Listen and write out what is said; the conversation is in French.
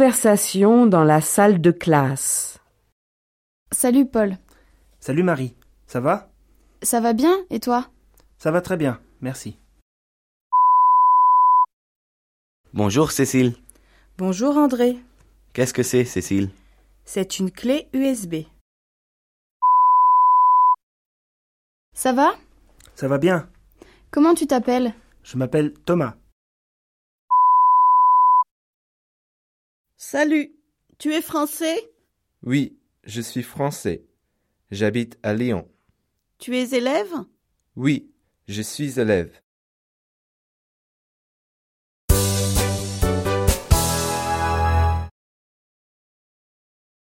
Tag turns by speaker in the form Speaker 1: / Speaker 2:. Speaker 1: Conversation dans la salle de classe.
Speaker 2: Salut Paul,
Speaker 3: Salut Marie, ça va
Speaker 2: ça va bien et toi
Speaker 3: Ça va très bien, merci.
Speaker 4: Bonjour Cécile.
Speaker 5: Bonjour André,
Speaker 4: Qu'est-ce que c'est Cécile
Speaker 5: c'est une clé USB.
Speaker 2: Ça va
Speaker 3: Ça va bien,
Speaker 2: Comment tu t'appelles
Speaker 3: je m'appelle Thomas.
Speaker 5: Salut, tu es français
Speaker 6: Oui, je suis français. J'habite à Lyon.
Speaker 5: Tu es élève
Speaker 6: Oui, je suis élève.